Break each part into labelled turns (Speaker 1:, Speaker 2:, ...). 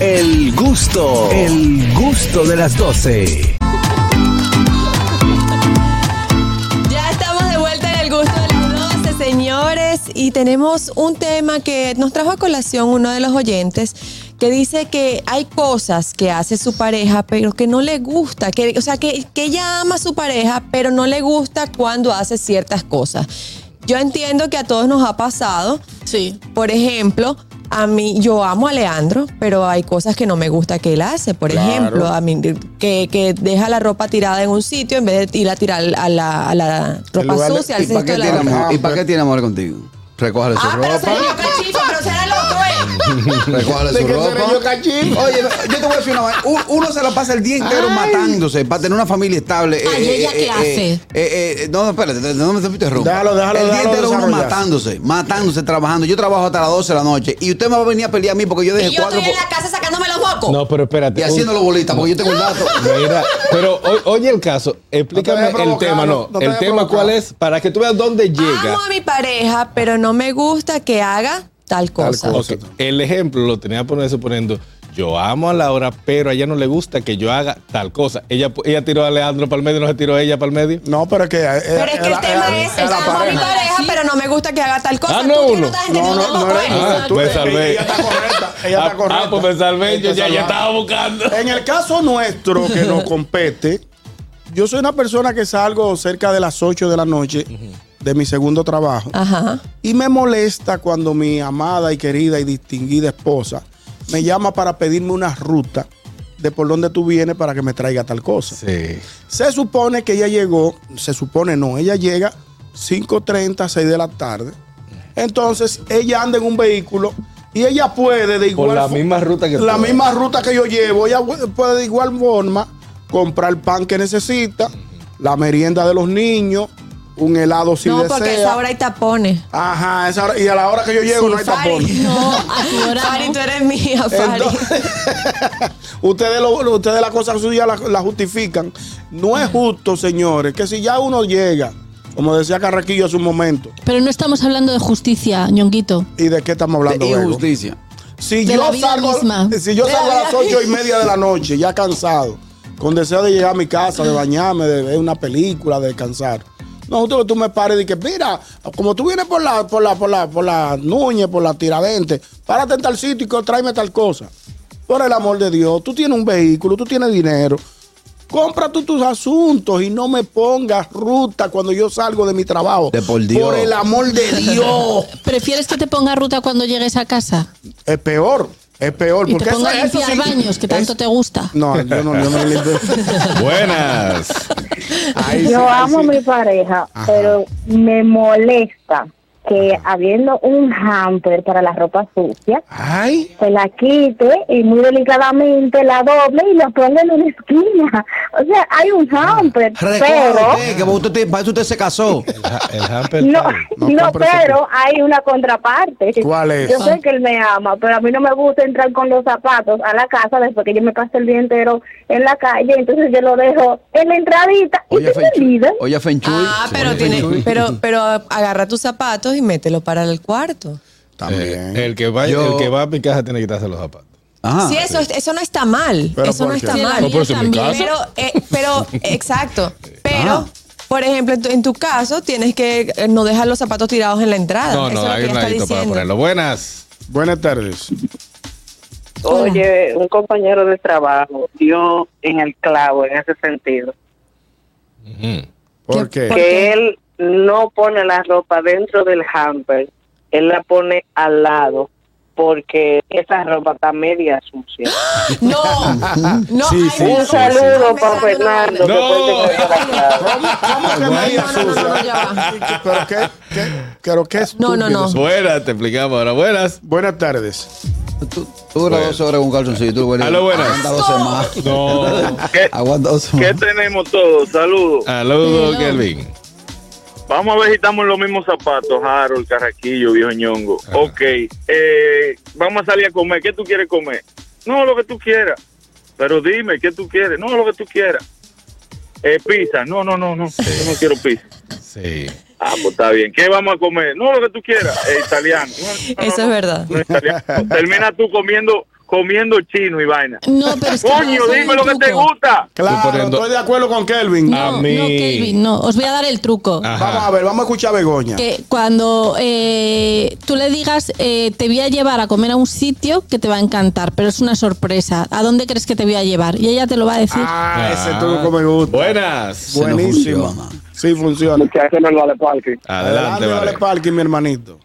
Speaker 1: El gusto, el gusto de las 12.
Speaker 2: Ya estamos de vuelta en el gusto de las 12, señores, y tenemos un tema que nos trajo a colación uno de los oyentes que dice que hay cosas que hace su pareja, pero que no le gusta, que, o sea, que, que ella ama a su pareja, pero no le gusta cuando hace ciertas cosas. Yo entiendo que a todos nos ha pasado.
Speaker 3: Sí.
Speaker 2: Por ejemplo, a mí, yo amo a Leandro, pero hay cosas que no me gusta que él hace. Por
Speaker 4: Claro.
Speaker 2: ejemplo, a mí, que, que deja la ropa tirada en un sitio en vez de ir a tirar a la, a la ropa
Speaker 4: lugar de-
Speaker 2: sucia,
Speaker 5: ¿Y
Speaker 2: al
Speaker 5: para
Speaker 2: cesto
Speaker 5: qué
Speaker 2: de la
Speaker 5: tiene
Speaker 2: ropa.
Speaker 5: amor? ¿Y para qué tiene amor contigo? Recójale su
Speaker 2: Ah, pero
Speaker 5: ropa.
Speaker 2: soy yo cachifo, pero será loco, ¿eh?
Speaker 5: Recójale
Speaker 4: ¿De
Speaker 5: su
Speaker 4: qué seré
Speaker 5: ropa.
Speaker 4: yo cachín?
Speaker 5: Oye, yo te voy a decir una vaina. Un- Uno se la pasa el día entero
Speaker 4: Ay.
Speaker 5: matándose para tener una familia estable.
Speaker 3: Ay, ¿ella qué hace?
Speaker 5: eh, eh, eh, no, espérate, te- no me te interrumpa.
Speaker 4: Déjalo, déjalo,
Speaker 5: El día
Speaker 4: déjalo
Speaker 5: entero uno
Speaker 4: desarrollarse.
Speaker 5: matándose, matándose, trabajando. Yo trabajo hasta las 12 de la noche y usted me va a venir a pelear a mí porque yo dejé
Speaker 2: Y yo
Speaker 5: cuatro
Speaker 2: estoy en
Speaker 5: po-
Speaker 2: la casa sacándome los mocos.
Speaker 6: No, pero espérate.
Speaker 5: y haciéndolo bolitas porque yo tengo un dato.
Speaker 6: Mira, pero o- oye el caso,
Speaker 4: No
Speaker 6: explícame
Speaker 4: te voy a
Speaker 6: el
Speaker 4: provocar,
Speaker 6: tema, no.
Speaker 4: no, no te voy
Speaker 6: el
Speaker 4: a
Speaker 6: tema
Speaker 4: provocar.
Speaker 6: cuál es, para que tú veas dónde llega.
Speaker 2: Amo a mi pareja, pero no me gusta que haga tal cosa.
Speaker 4: cosa.
Speaker 6: Ok, El ejemplo lo tenía que poner suponiendo, yo amo a Laura, pero a ella no le gusta que yo haga tal cosa. Ella, ella tiró a Leandro para el medio, no se tiró a ella para el medio.
Speaker 4: No, pero es que. eh,
Speaker 2: Pero es que el tema es,
Speaker 4: la
Speaker 2: amo a mi
Speaker 4: pareja.
Speaker 2: pareja, pero no me gusta que haga tal cosa.
Speaker 6: Ah, no,
Speaker 2: Tú que
Speaker 6: uno.
Speaker 2: no estás
Speaker 4: No,
Speaker 2: entendiendo
Speaker 4: no, no,
Speaker 2: tampoco, ¿eh?
Speaker 4: no,
Speaker 6: Ah,
Speaker 4: tú-
Speaker 6: me salvé.
Speaker 4: Ella está correcta. Ella
Speaker 6: Ah,
Speaker 4: está correcta.
Speaker 6: Ah, pues me salvé,
Speaker 4: Está
Speaker 6: yo ya, ya
Speaker 4: salvada.
Speaker 6: estaba buscando.
Speaker 4: En el caso nuestro que nos compete, yo soy una persona que salgo cerca de las 8 de la noche de mi segundo trabajo
Speaker 2: Ajá.
Speaker 4: y me molesta cuando mi amada y querida y distinguida esposa me llama para pedirme una ruta de por dónde tú vienes para que me traiga tal cosa.
Speaker 6: Sí.
Speaker 4: Se supone que ella llegó, se supone no, ella llega 5.30, 6 de la tarde. Entonces ella anda en un vehículo y ella puede de igual
Speaker 6: Por la
Speaker 4: fo-
Speaker 6: misma ruta que
Speaker 4: la
Speaker 6: tú.
Speaker 4: misma ruta que yo llevo, ella pu- puede de igual forma comprar el pan que necesita, la merienda de los niños, un helado si
Speaker 2: no,
Speaker 4: desea.
Speaker 2: porque a esa hora hay tapones.
Speaker 4: Ajá, a esa hora- y a la hora que yo llego
Speaker 2: Sí,
Speaker 4: no hay
Speaker 2: Fari.
Speaker 4: tapón.
Speaker 3: No, a tu hora
Speaker 2: Fari,
Speaker 3: no.
Speaker 2: tú eres mía, Fari.
Speaker 4: Entonces, ustedes, lo- lo- ustedes la cosa suya la, la justifican. No es justo, señores, que si ya uno llega, como decía Carraquillo hace un momento,
Speaker 3: Pero no estamos hablando de justicia, ñonguito.
Speaker 4: ¿y de qué estamos hablando?
Speaker 5: De
Speaker 4: luego?
Speaker 5: injusticia.
Speaker 4: Si
Speaker 3: De
Speaker 4: yo
Speaker 3: la vida
Speaker 4: salgo,
Speaker 3: misma.
Speaker 4: si yo
Speaker 2: De
Speaker 4: salgo
Speaker 2: la
Speaker 4: a las
Speaker 2: vida
Speaker 4: ocho y media de la noche, ya cansado, con deseo de llegar a mi casa, de bañarme, de ver una película, de descansar. No, justo que tú me pares y que, mira, como tú vienes por la, por la, por la, por la Núñez, por la Tiradentes, párate en tal sitio y co- tráeme tal cosa. Por el amor de Dios, tú tienes un vehículo, tú tienes dinero. Compra tú tus asuntos y no me pongas ruta cuando yo salgo de mi trabajo.
Speaker 5: De por Dios.
Speaker 4: Por el amor de Dios.
Speaker 3: ¿Prefieres que te ponga ruta cuando llegues a casa?
Speaker 4: Es peor, es peor.
Speaker 3: Y te
Speaker 4: porque
Speaker 3: ponga a
Speaker 4: eso- eso
Speaker 3: limpiar
Speaker 4: sí-
Speaker 3: baños, que tanto
Speaker 4: es-
Speaker 3: te gusta.
Speaker 4: No, yo no, yo no limpio.
Speaker 6: Buenas.
Speaker 4: Ahí sí,
Speaker 7: Yo
Speaker 4: ahí
Speaker 7: amo a
Speaker 4: sí.
Speaker 7: mi pareja,
Speaker 4: Ajá.
Speaker 7: pero me molesta que habiendo un hamper para la ropa sucia,
Speaker 4: Ay,
Speaker 7: se la quite y muy delicadamente la doble y la ponga en una esquina. O sea, hay un
Speaker 4: Ah,
Speaker 7: hamper,
Speaker 5: Recuerda usted
Speaker 7: pero...
Speaker 5: que usted, te- para eso usted se casó.
Speaker 6: El hamper.
Speaker 7: No,
Speaker 4: No
Speaker 7: no,
Speaker 4: compre ese
Speaker 7: pero hay una contraparte.
Speaker 4: ¿Cuál es?
Speaker 7: Yo sé que él me ama, pero a mí no me gusta entrar con los zapatos a la casa después que yo me paso el día entero en la calle, entonces yo lo dejo en la entradita
Speaker 5: Oye,
Speaker 7: y se me
Speaker 5: Fenchuy.
Speaker 7: olvida.
Speaker 5: Oye, Fenchuy.
Speaker 2: Ah, pero tiene, pero, pero agarra tus zapatos y mételo para el cuarto.
Speaker 4: también.
Speaker 6: Eh, el, que va,
Speaker 5: Yo-
Speaker 6: el que va a mi casa tiene que quitarse los zapatos.
Speaker 5: Ajá.
Speaker 2: sí, eso, eso no está mal.
Speaker 4: Pero
Speaker 2: Eso no
Speaker 4: ¿por qué?
Speaker 2: está
Speaker 3: Sí, la
Speaker 2: mal.
Speaker 3: mía No, pero si en mi también.
Speaker 2: Pero, eh, pero, exacto. Pero,
Speaker 5: Ah.
Speaker 2: por ejemplo, en tu, en tu caso, tienes que eh, no dejar los zapatos tirados en la entrada.
Speaker 6: No,
Speaker 2: Ah, eso
Speaker 6: no,
Speaker 2: es lo
Speaker 6: hay
Speaker 2: que
Speaker 6: un
Speaker 2: ella está
Speaker 6: ladito para
Speaker 2: diciendo.
Speaker 6: ponerlo. Buenas.
Speaker 4: Buenas tardes.
Speaker 8: Oye, un compañero de trabajo dio en el clavo en ese sentido,
Speaker 4: ¿Por
Speaker 2: ¿Qué-
Speaker 4: qué?
Speaker 2: por-
Speaker 8: que él no pone la ropa dentro del hamper, él la pone al lado porque esa ropa está media sucia.
Speaker 2: No, no.
Speaker 4: Sí,
Speaker 2: ay,
Speaker 4: sí,
Speaker 2: no,
Speaker 8: un
Speaker 2: no,
Speaker 8: saludo
Speaker 2: no,
Speaker 8: para
Speaker 2: no, no, no, no,
Speaker 8: Fernando.
Speaker 2: no,
Speaker 8: que fue el que se dio la clave.
Speaker 4: ¿Cómo, cómo que media
Speaker 2: no, no, no,
Speaker 4: sucia?
Speaker 2: no, ya va.
Speaker 4: Pero qué, qué, pero qué
Speaker 2: No, no, no.
Speaker 4: estúpidos.
Speaker 6: Buenas, te explicamos ahora. Buenas.
Speaker 4: Buenas tardes.
Speaker 5: Tú, tú duras
Speaker 6: Bueno.
Speaker 5: dos horas con un calzoncillo. Tú hueles-
Speaker 6: Aló, buenas.
Speaker 5: Aguanta 12 más.
Speaker 6: No.
Speaker 9: ¿Qué,
Speaker 5: Aguanta 12
Speaker 9: qué
Speaker 5: más.
Speaker 9: tenemos todos? Saludos.
Speaker 6: Saludos, Kelvin.
Speaker 9: Vamos a ver si estamos en los mismos zapatos, Harold, Carraquillo, viejo ñongo. Ok, eh, vamos a salir a comer. ¿Qué tú quieres comer? No, lo que tú quieras. Pero dime, ¿qué tú quieres? No, lo que tú quieras. Eh, pizza. No, no, no, no. Yo no quiero pizza.
Speaker 6: Sí.
Speaker 9: Ah, pues está bien. ¿Qué vamos a comer? No, lo que tú quieras. Eh, italiano. No, no, no,
Speaker 2: Eso
Speaker 9: no.
Speaker 2: es verdad.
Speaker 9: No, italiano. Termina tú comiendo comiendo chino y vaina.
Speaker 3: No, pero es que.
Speaker 9: Coño,
Speaker 3: eso es
Speaker 9: dime
Speaker 3: un
Speaker 9: lo que te
Speaker 3: truco.
Speaker 9: gusta.
Speaker 4: Claro,
Speaker 6: Suponiendo-
Speaker 4: estoy de acuerdo con Kelvin.
Speaker 6: Ah.
Speaker 3: No,
Speaker 6: A mí.
Speaker 3: no, Kelvin, no. Os voy a dar el truco.
Speaker 6: Ajá.
Speaker 4: Vamos a ver, vamos a escuchar a Begoña.
Speaker 3: Que cuando eh, tú le digas, eh, te voy a llevar a comer a un sitio que te va a encantar, pero es una sorpresa. ¿A dónde crees que te voy a llevar? Y ella te lo va a decir.
Speaker 4: Ah, ese
Speaker 6: Ah.
Speaker 4: truco me gusta.
Speaker 6: Buenas.
Speaker 5: Ese no
Speaker 4: Buenísimo.
Speaker 5: funciona.
Speaker 4: sí, funciona.
Speaker 8: Muchachos, no vale parque.
Speaker 6: Adelante,
Speaker 4: vale.
Speaker 6: vale.
Speaker 4: mi hermanito.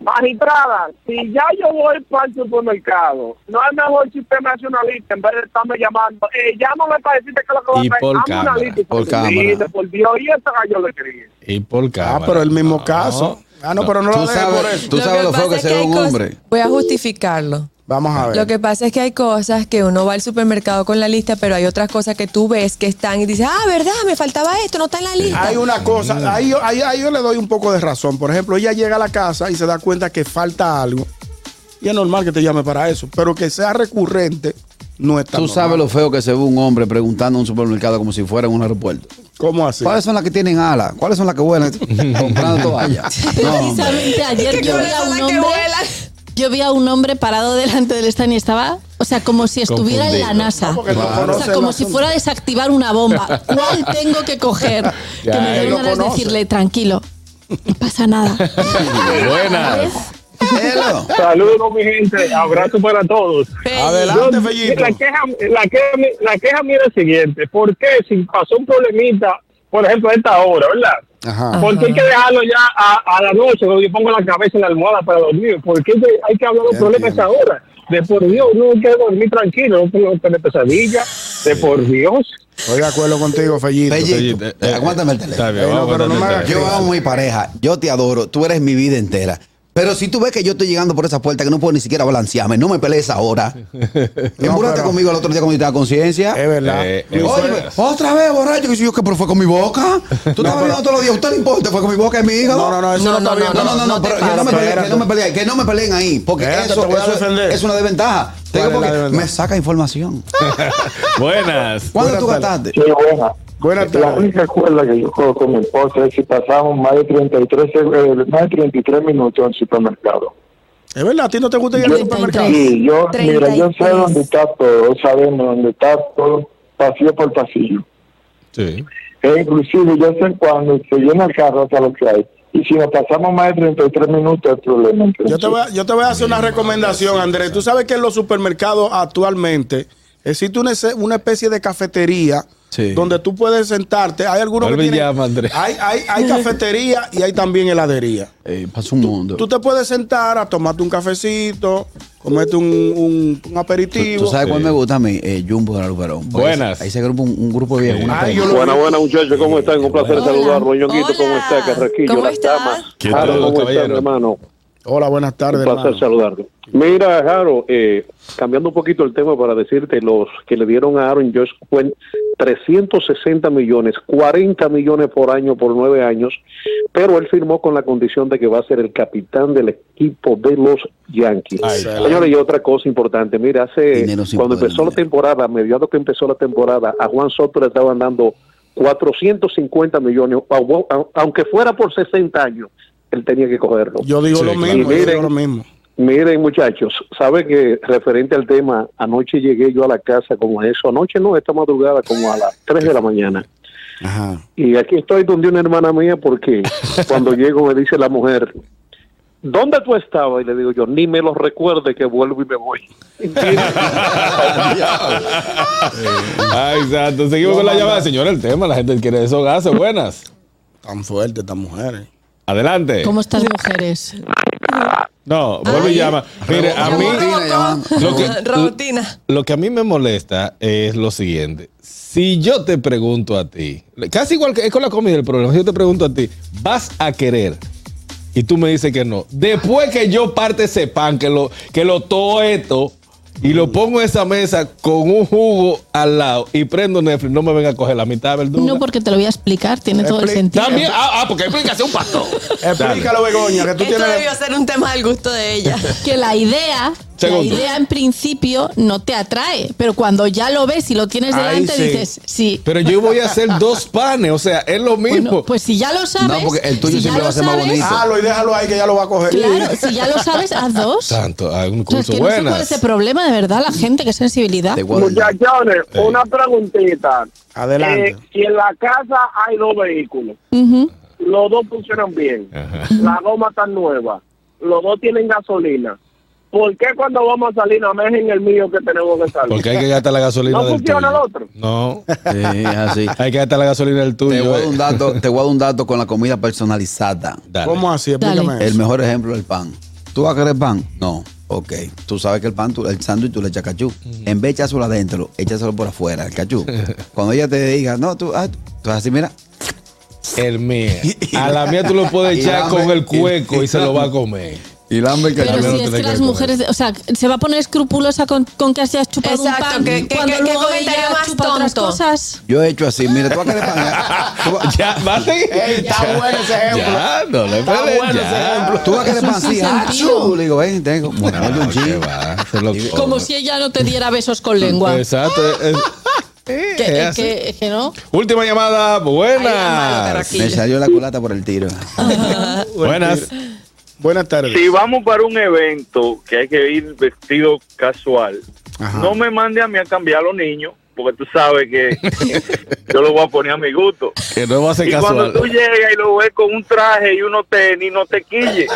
Speaker 8: Magistrada, si ya yo voy para el supermercado, no es mejor si usted me hace una lista en vez de estarme llamando. Eh, llámame para decirte que lo que va a
Speaker 6: Y
Speaker 8: hacer.
Speaker 6: por
Speaker 8: Hazme una
Speaker 6: cámara,
Speaker 8: lista y
Speaker 5: por
Speaker 8: se
Speaker 5: cámara.
Speaker 8: dice, por Dios, y esa gallo le quería.
Speaker 6: Y por
Speaker 4: Ah,
Speaker 6: cámara.
Speaker 4: pero el mismo
Speaker 6: No.
Speaker 4: caso. Ah, no, pero no
Speaker 5: Tú
Speaker 4: lo dejes por
Speaker 5: sabes,
Speaker 4: eso.
Speaker 5: tú
Speaker 2: Lo
Speaker 5: sabes
Speaker 2: que
Speaker 5: lo feo
Speaker 2: pasa
Speaker 5: que
Speaker 2: es
Speaker 5: se ve
Speaker 2: hay
Speaker 5: un
Speaker 2: cosas-
Speaker 5: hombre.
Speaker 2: Voy a justificarlo.
Speaker 4: Vamos a ver.
Speaker 2: Lo que pasa es que hay cosas que uno va al supermercado con la lista, pero hay otras cosas que tú ves que están y dices, ah, verdad, me faltaba esto, no está en la lista.
Speaker 4: Hay una cosa, ahí yo, ahí- ahí yo le doy un poco de razón. Por ejemplo, ella llega a la casa y se da cuenta que falta algo. Y es normal que te llame para eso. Pero que sea recurrente, no está
Speaker 5: Tú sabes lo feo que se ve un hombre preguntando en un supermercado como si fuera en un aeropuerto.
Speaker 4: ¿Cómo así?
Speaker 5: ¿Cuáles son las que tienen alas? ¿Cuáles son las que vuelan? Comprando toallas. No, hombre.
Speaker 3: Precisamente ayer Ah, yo vi,
Speaker 2: ¿Cuáles
Speaker 3: a
Speaker 2: son
Speaker 3: un
Speaker 2: las que
Speaker 3: hombre,
Speaker 2: vuelan?
Speaker 3: yo vi a un hombre parado delante del stand y estaba, o sea, como si estuviera en la
Speaker 6: Confundido.
Speaker 3: NASA.
Speaker 4: Porque no
Speaker 5: Claro.
Speaker 3: O
Speaker 4: conoce
Speaker 3: sea,
Speaker 4: el
Speaker 3: como si
Speaker 4: asunto.
Speaker 3: fuera a desactivar una bomba. ¿Cuál tengo que coger?
Speaker 6: Ya,
Speaker 3: que me
Speaker 6: él
Speaker 3: den
Speaker 4: lo
Speaker 3: ganas de
Speaker 4: conoce.
Speaker 3: decirle, tranquilo, no pasa nada.
Speaker 6: Buenas.
Speaker 5: Hello.
Speaker 9: Saludos, mi gente. Abrazo para todos.
Speaker 4: Adelante, Fellito.
Speaker 9: La queja, la, queja, la queja mía es la siguiente. ¿Por qué si pasó un problemita, por ejemplo, a esta hora, verdad?
Speaker 5: Ajá.
Speaker 9: ¿Por qué hay que dejarlo ya a, a la noche cuando yo pongo la cabeza en la almohada para dormir? ¿Por qué te- hay que hablar de
Speaker 4: Ya
Speaker 9: problemas
Speaker 4: entiendo.
Speaker 9: ahora? De por Dios, uno quiere dormir tranquilo, no quiere tener pesadillas. De por Dios.
Speaker 4: Estoy de acuerdo contigo, Fellito.
Speaker 5: Pellito,
Speaker 6: Eh,
Speaker 5: eh, aguántame el
Speaker 6: Está
Speaker 5: teléfono.
Speaker 6: bien,
Speaker 4: Eh, no,
Speaker 6: vamos a
Speaker 4: pero no
Speaker 6: aguantar
Speaker 4: me
Speaker 6: el
Speaker 4: hagas
Speaker 6: teléfono.
Speaker 5: Yo amo mi pareja, yo te adoro, tú eres mi vida entera. Pero si tú ves que yo estoy llegando por esa puerta que no puedo ni siquiera balancearme, no me pelees ahora. Embúrate
Speaker 4: pero-
Speaker 5: conmigo el otro día cuando yo te da conciencia.
Speaker 4: Es verdad.
Speaker 6: Eh,
Speaker 4: Luis,
Speaker 6: eh,
Speaker 5: Oye,
Speaker 4: pues,
Speaker 5: pues, otra vez, borracho. Que si yo que pero fue con mi boca. Tú estabas viendo todos los días. ¿Usted le importa? ¿Fue con mi boca? ¿Es mi hígado?
Speaker 4: No, no, no, eso no,
Speaker 2: No,
Speaker 4: está
Speaker 2: no,
Speaker 4: bien.
Speaker 5: No, no, no,
Speaker 2: no te
Speaker 5: pero que no, me
Speaker 4: pases.
Speaker 5: peleen, que no me peleen, que no me peleen ahí, porque
Speaker 4: Espérate,
Speaker 5: eso,
Speaker 4: te voy a
Speaker 5: eso es-
Speaker 4: defender.
Speaker 5: es una desventaja. Te
Speaker 4: ¿Cuál
Speaker 5: digo
Speaker 4: es la
Speaker 5: porque
Speaker 4: desventaja?
Speaker 5: me saca información.
Speaker 6: Buenas.
Speaker 5: ¿Cuándo tú
Speaker 4: Buenas
Speaker 5: gastaste?
Speaker 9: Sí, buena.
Speaker 4: Buenas
Speaker 9: La
Speaker 4: tardes.
Speaker 9: única cuerda que yo juego con mi esposa es si pasamos más de 33, eh, más de 33 minutos en el supermercado.
Speaker 4: Es verdad, a ti no te gusta ir al
Speaker 3: 33.
Speaker 4: supermercado.
Speaker 9: Sí, yo, mira, yo sé
Speaker 2: 33.
Speaker 9: dónde está todo, sabemos dónde está todo, pasillo por pasillo.
Speaker 6: Sí.
Speaker 9: E inclusive yo sé cuando se llena el carro hasta lo que hay. Y si nos pasamos más de 33 minutos, es problema.
Speaker 4: Yo te, voy a, yo te voy a hacer una recomendación, Andrés. Tú sabes que en los supermercados actualmente existe una, ese- una especie de cafetería
Speaker 5: Sí.
Speaker 4: donde tú puedes sentarte. Hay algunos que
Speaker 6: Vuelve y
Speaker 4: tienen-
Speaker 6: llama, Andrés.
Speaker 4: hay, hay, hay cafetería y hay también heladería.
Speaker 5: Eh, pasó un mundo.
Speaker 4: Tú te puedes sentar a tomarte un cafecito, comerte un, un- un
Speaker 5: Tú-
Speaker 4: aperitivo.
Speaker 5: tú sabes cuál
Speaker 6: Sí.
Speaker 5: me gusta a mí? Eh, Jumbo de la Luperón. Porque
Speaker 6: Buenas.
Speaker 5: Ahí se agrupa un, un grupo viejo. una
Speaker 4: Ay,
Speaker 5: crema.
Speaker 4: yo lo-
Speaker 10: Buenas, buenas muchachos, ¿cómo están? Un placer
Speaker 2: Hola.
Speaker 10: saludarlo, Ñonguito,
Speaker 2: Hola.
Speaker 10: ¿cómo está? Carraquillo,
Speaker 2: ¿Cómo
Speaker 10: las
Speaker 2: está?
Speaker 10: damas.
Speaker 6: ¿Qué tal,
Speaker 10: Jaro, ¿cómo están,
Speaker 6: caballero?
Speaker 10: hermano?
Speaker 4: Hola, buenas tardes.
Speaker 10: Un placer
Speaker 4: hermano.
Speaker 10: saludarlo. Mira, Jaro, eh, cambiando un poquito el tema para decirte, los que le dieron a Aaron Josh fue 360 millones, 40 millones por año por nueve años, pero él firmó con la condición de que va a ser el capitán del equipo de los Yankees.
Speaker 6: Ay,
Speaker 10: Señores, y otra cosa importante, mira, hace
Speaker 5: Dinero sin
Speaker 10: cuando
Speaker 5: poder,
Speaker 10: empezó la
Speaker 5: dinero.
Speaker 10: temporada, a mediados que empezó la temporada, a Juan Soto le estaban dando 450 millones, au- au- aunque fuera por 60 años, él tenía que cogerlo.
Speaker 4: Yo digo
Speaker 6: Sí,
Speaker 4: lo
Speaker 6: claro.
Speaker 4: mismo, yo digo
Speaker 10: Miren.
Speaker 4: lo mismo.
Speaker 10: Miren, muchachos, sabe que referente al tema, anoche llegué yo a la casa como a eso, anoche no, esta madrugada como a las 3 de la mañana.
Speaker 4: Ajá.
Speaker 10: Y aquí estoy donde una hermana mía porque cuando llego me dice la mujer, ¿dónde tú estabas? Y le digo yo, ni me lo recuerde que vuelvo y me voy.
Speaker 6: Ay, santo. Seguimos con la llamada. Señora, el tema, la gente quiere desahogarse. Buenas.
Speaker 4: Tan fuerte estas mujeres.
Speaker 6: Adelante.
Speaker 3: ¿Cómo estas mujeres?
Speaker 6: No, vuelve y llama. Mire, a mí
Speaker 5: Robotina llamando.
Speaker 6: lo que-
Speaker 2: Robotina.
Speaker 6: lo que a mí me molesta es lo siguiente. Si yo te pregunto a ti, casi igual que es con la comida el problema, si yo te pregunto a ti, ¿vas a querer? Y tú me dices que no. Después que yo parte ese pan, que lo, que lo todo esto y lo pongo en esa mesa con un jugo al lado y prendo Netflix, no me venga a coger la mitad de verdura.
Speaker 3: No, porque te lo voy a explicar, tiene todo el
Speaker 4: Expli-
Speaker 3: sentido.
Speaker 6: También, ah, ah, porque hay explicación para todo.
Speaker 4: Explícalo, Begoña, que tú
Speaker 2: Esto
Speaker 4: tienes.
Speaker 2: debió ser un tema del gusto de ella.
Speaker 3: Que la idea, la
Speaker 6: Segundo.
Speaker 3: idea en principio no te atrae, pero cuando ya lo ves y lo tienes
Speaker 6: Ahí
Speaker 3: delante,
Speaker 6: sí.
Speaker 3: dices, sí.
Speaker 6: Pero yo voy a hacer dos panes, o sea, es lo
Speaker 3: Bueno,
Speaker 6: mismo.
Speaker 3: pues si ya lo sabes.
Speaker 5: No, porque el tuyo
Speaker 3: si ya
Speaker 5: siempre
Speaker 3: lo
Speaker 5: va a ser más
Speaker 3: sabes,
Speaker 5: bonito.
Speaker 4: Déjalo y déjalo ahí que ya lo va a coger.
Speaker 3: Claro, si ya lo sabes, haz dos.
Speaker 6: Santo, hay un
Speaker 3: O sea, es
Speaker 6: curso
Speaker 3: que no sé cuál
Speaker 6: buenas.
Speaker 3: es el problema, de verdad, la gente, qué sensibilidad.
Speaker 5: De Guadalupe.
Speaker 9: Muchachones, una preguntita.
Speaker 4: Adelante.
Speaker 9: Eh, si en la casa hay dos vehículos,
Speaker 3: Ujú.
Speaker 9: los dos funcionan bien,
Speaker 6: Ajá.
Speaker 9: la goma está nueva, los dos tienen gasolina, ¿por qué cuando vamos a salir no me dejen el mío que tenemos que salir?
Speaker 6: Porque hay que gastar la gasolina
Speaker 9: No
Speaker 6: del
Speaker 9: funciona
Speaker 6: tuyo.
Speaker 9: el otro.
Speaker 6: No,
Speaker 5: Sí, así.
Speaker 6: hay que gastar la gasolina del
Speaker 5: Te voy,
Speaker 6: tuyo. eh.
Speaker 5: a dar un dato, te voy a dar un dato con la comida personalizada.
Speaker 6: Dale.
Speaker 4: ¿Cómo así?
Speaker 3: Dale.
Speaker 4: Explícame
Speaker 5: El
Speaker 4: eso.
Speaker 5: mejor ejemplo es el pan. ¿Tú vas a querer pan? No. Ok. Tú sabes que el pan, tú- el sándwich, tú le echas cachú. En vez de echárselo adentro, échaselo por afuera, el cachú. Cuando ella te diga, no, tú, ah, tú así, mira.
Speaker 6: El mío. A la mía tú lo puedes
Speaker 5: Y
Speaker 6: echar
Speaker 5: dame-
Speaker 6: con el cueco
Speaker 5: y-
Speaker 6: y se lo va a comer.
Speaker 5: Y lambe el
Speaker 3: Pero
Speaker 5: cachú.
Speaker 6: También lo
Speaker 3: si
Speaker 6: tenés
Speaker 3: es que
Speaker 6: que
Speaker 3: las
Speaker 6: comer.
Speaker 3: mujeres, o sea, se va a poner escrupulosa con, con que hayas chupado
Speaker 2: Exacto,
Speaker 3: un pan
Speaker 2: que- que-
Speaker 3: cuando
Speaker 2: que- que
Speaker 3: luego
Speaker 2: comentario
Speaker 3: ella
Speaker 2: más
Speaker 3: chupa otras
Speaker 2: tonto.
Speaker 3: cosas.
Speaker 5: Yo he hecho así, mira, tú vas a querer pan. Tú vas-
Speaker 6: Ya, va a seguir.
Speaker 4: Ey, está bueno ese ejemplo.
Speaker 6: Ya, no le
Speaker 4: Está
Speaker 6: peleen,
Speaker 4: bueno ese
Speaker 6: ya.
Speaker 4: ejemplo.
Speaker 5: Tú vas a querer pan, sí. ah,
Speaker 3: sinsentido.
Speaker 5: chu. Le digo, ven, tengo. Bueno, dame un
Speaker 6: ¿qué
Speaker 5: chin.
Speaker 6: va? Se lo come.
Speaker 3: Como si ella no te diera besos con lengua.
Speaker 6: Exacto. es- es-
Speaker 3: Que,
Speaker 6: es
Speaker 3: que,
Speaker 6: así.
Speaker 3: que no.
Speaker 6: Última llamada. Buenas.
Speaker 5: Me salió la culata por el tiro.
Speaker 6: Buenas.
Speaker 4: Buenas tardes.
Speaker 9: Si vamos para un evento que hay que ir vestido casual,
Speaker 4: Ajá.
Speaker 9: no me mande a mí a cambiar a los niños, porque tú sabes que yo lo voy a poner a mi gusto.
Speaker 6: Que no va a ser
Speaker 9: Y cuando tú
Speaker 6: casual.
Speaker 9: llegas y lo ves con un traje y unos tenis, no te quille.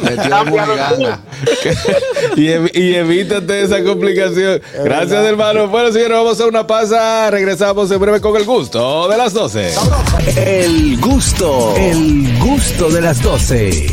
Speaker 5: Metió muy gana.
Speaker 6: y, ev- y evítate esa complicación. Gracias, hermano. Bueno, señores, vamos a una pausa. Regresamos en breve con el gusto de las 12.
Speaker 1: El gusto, el gusto de las 12.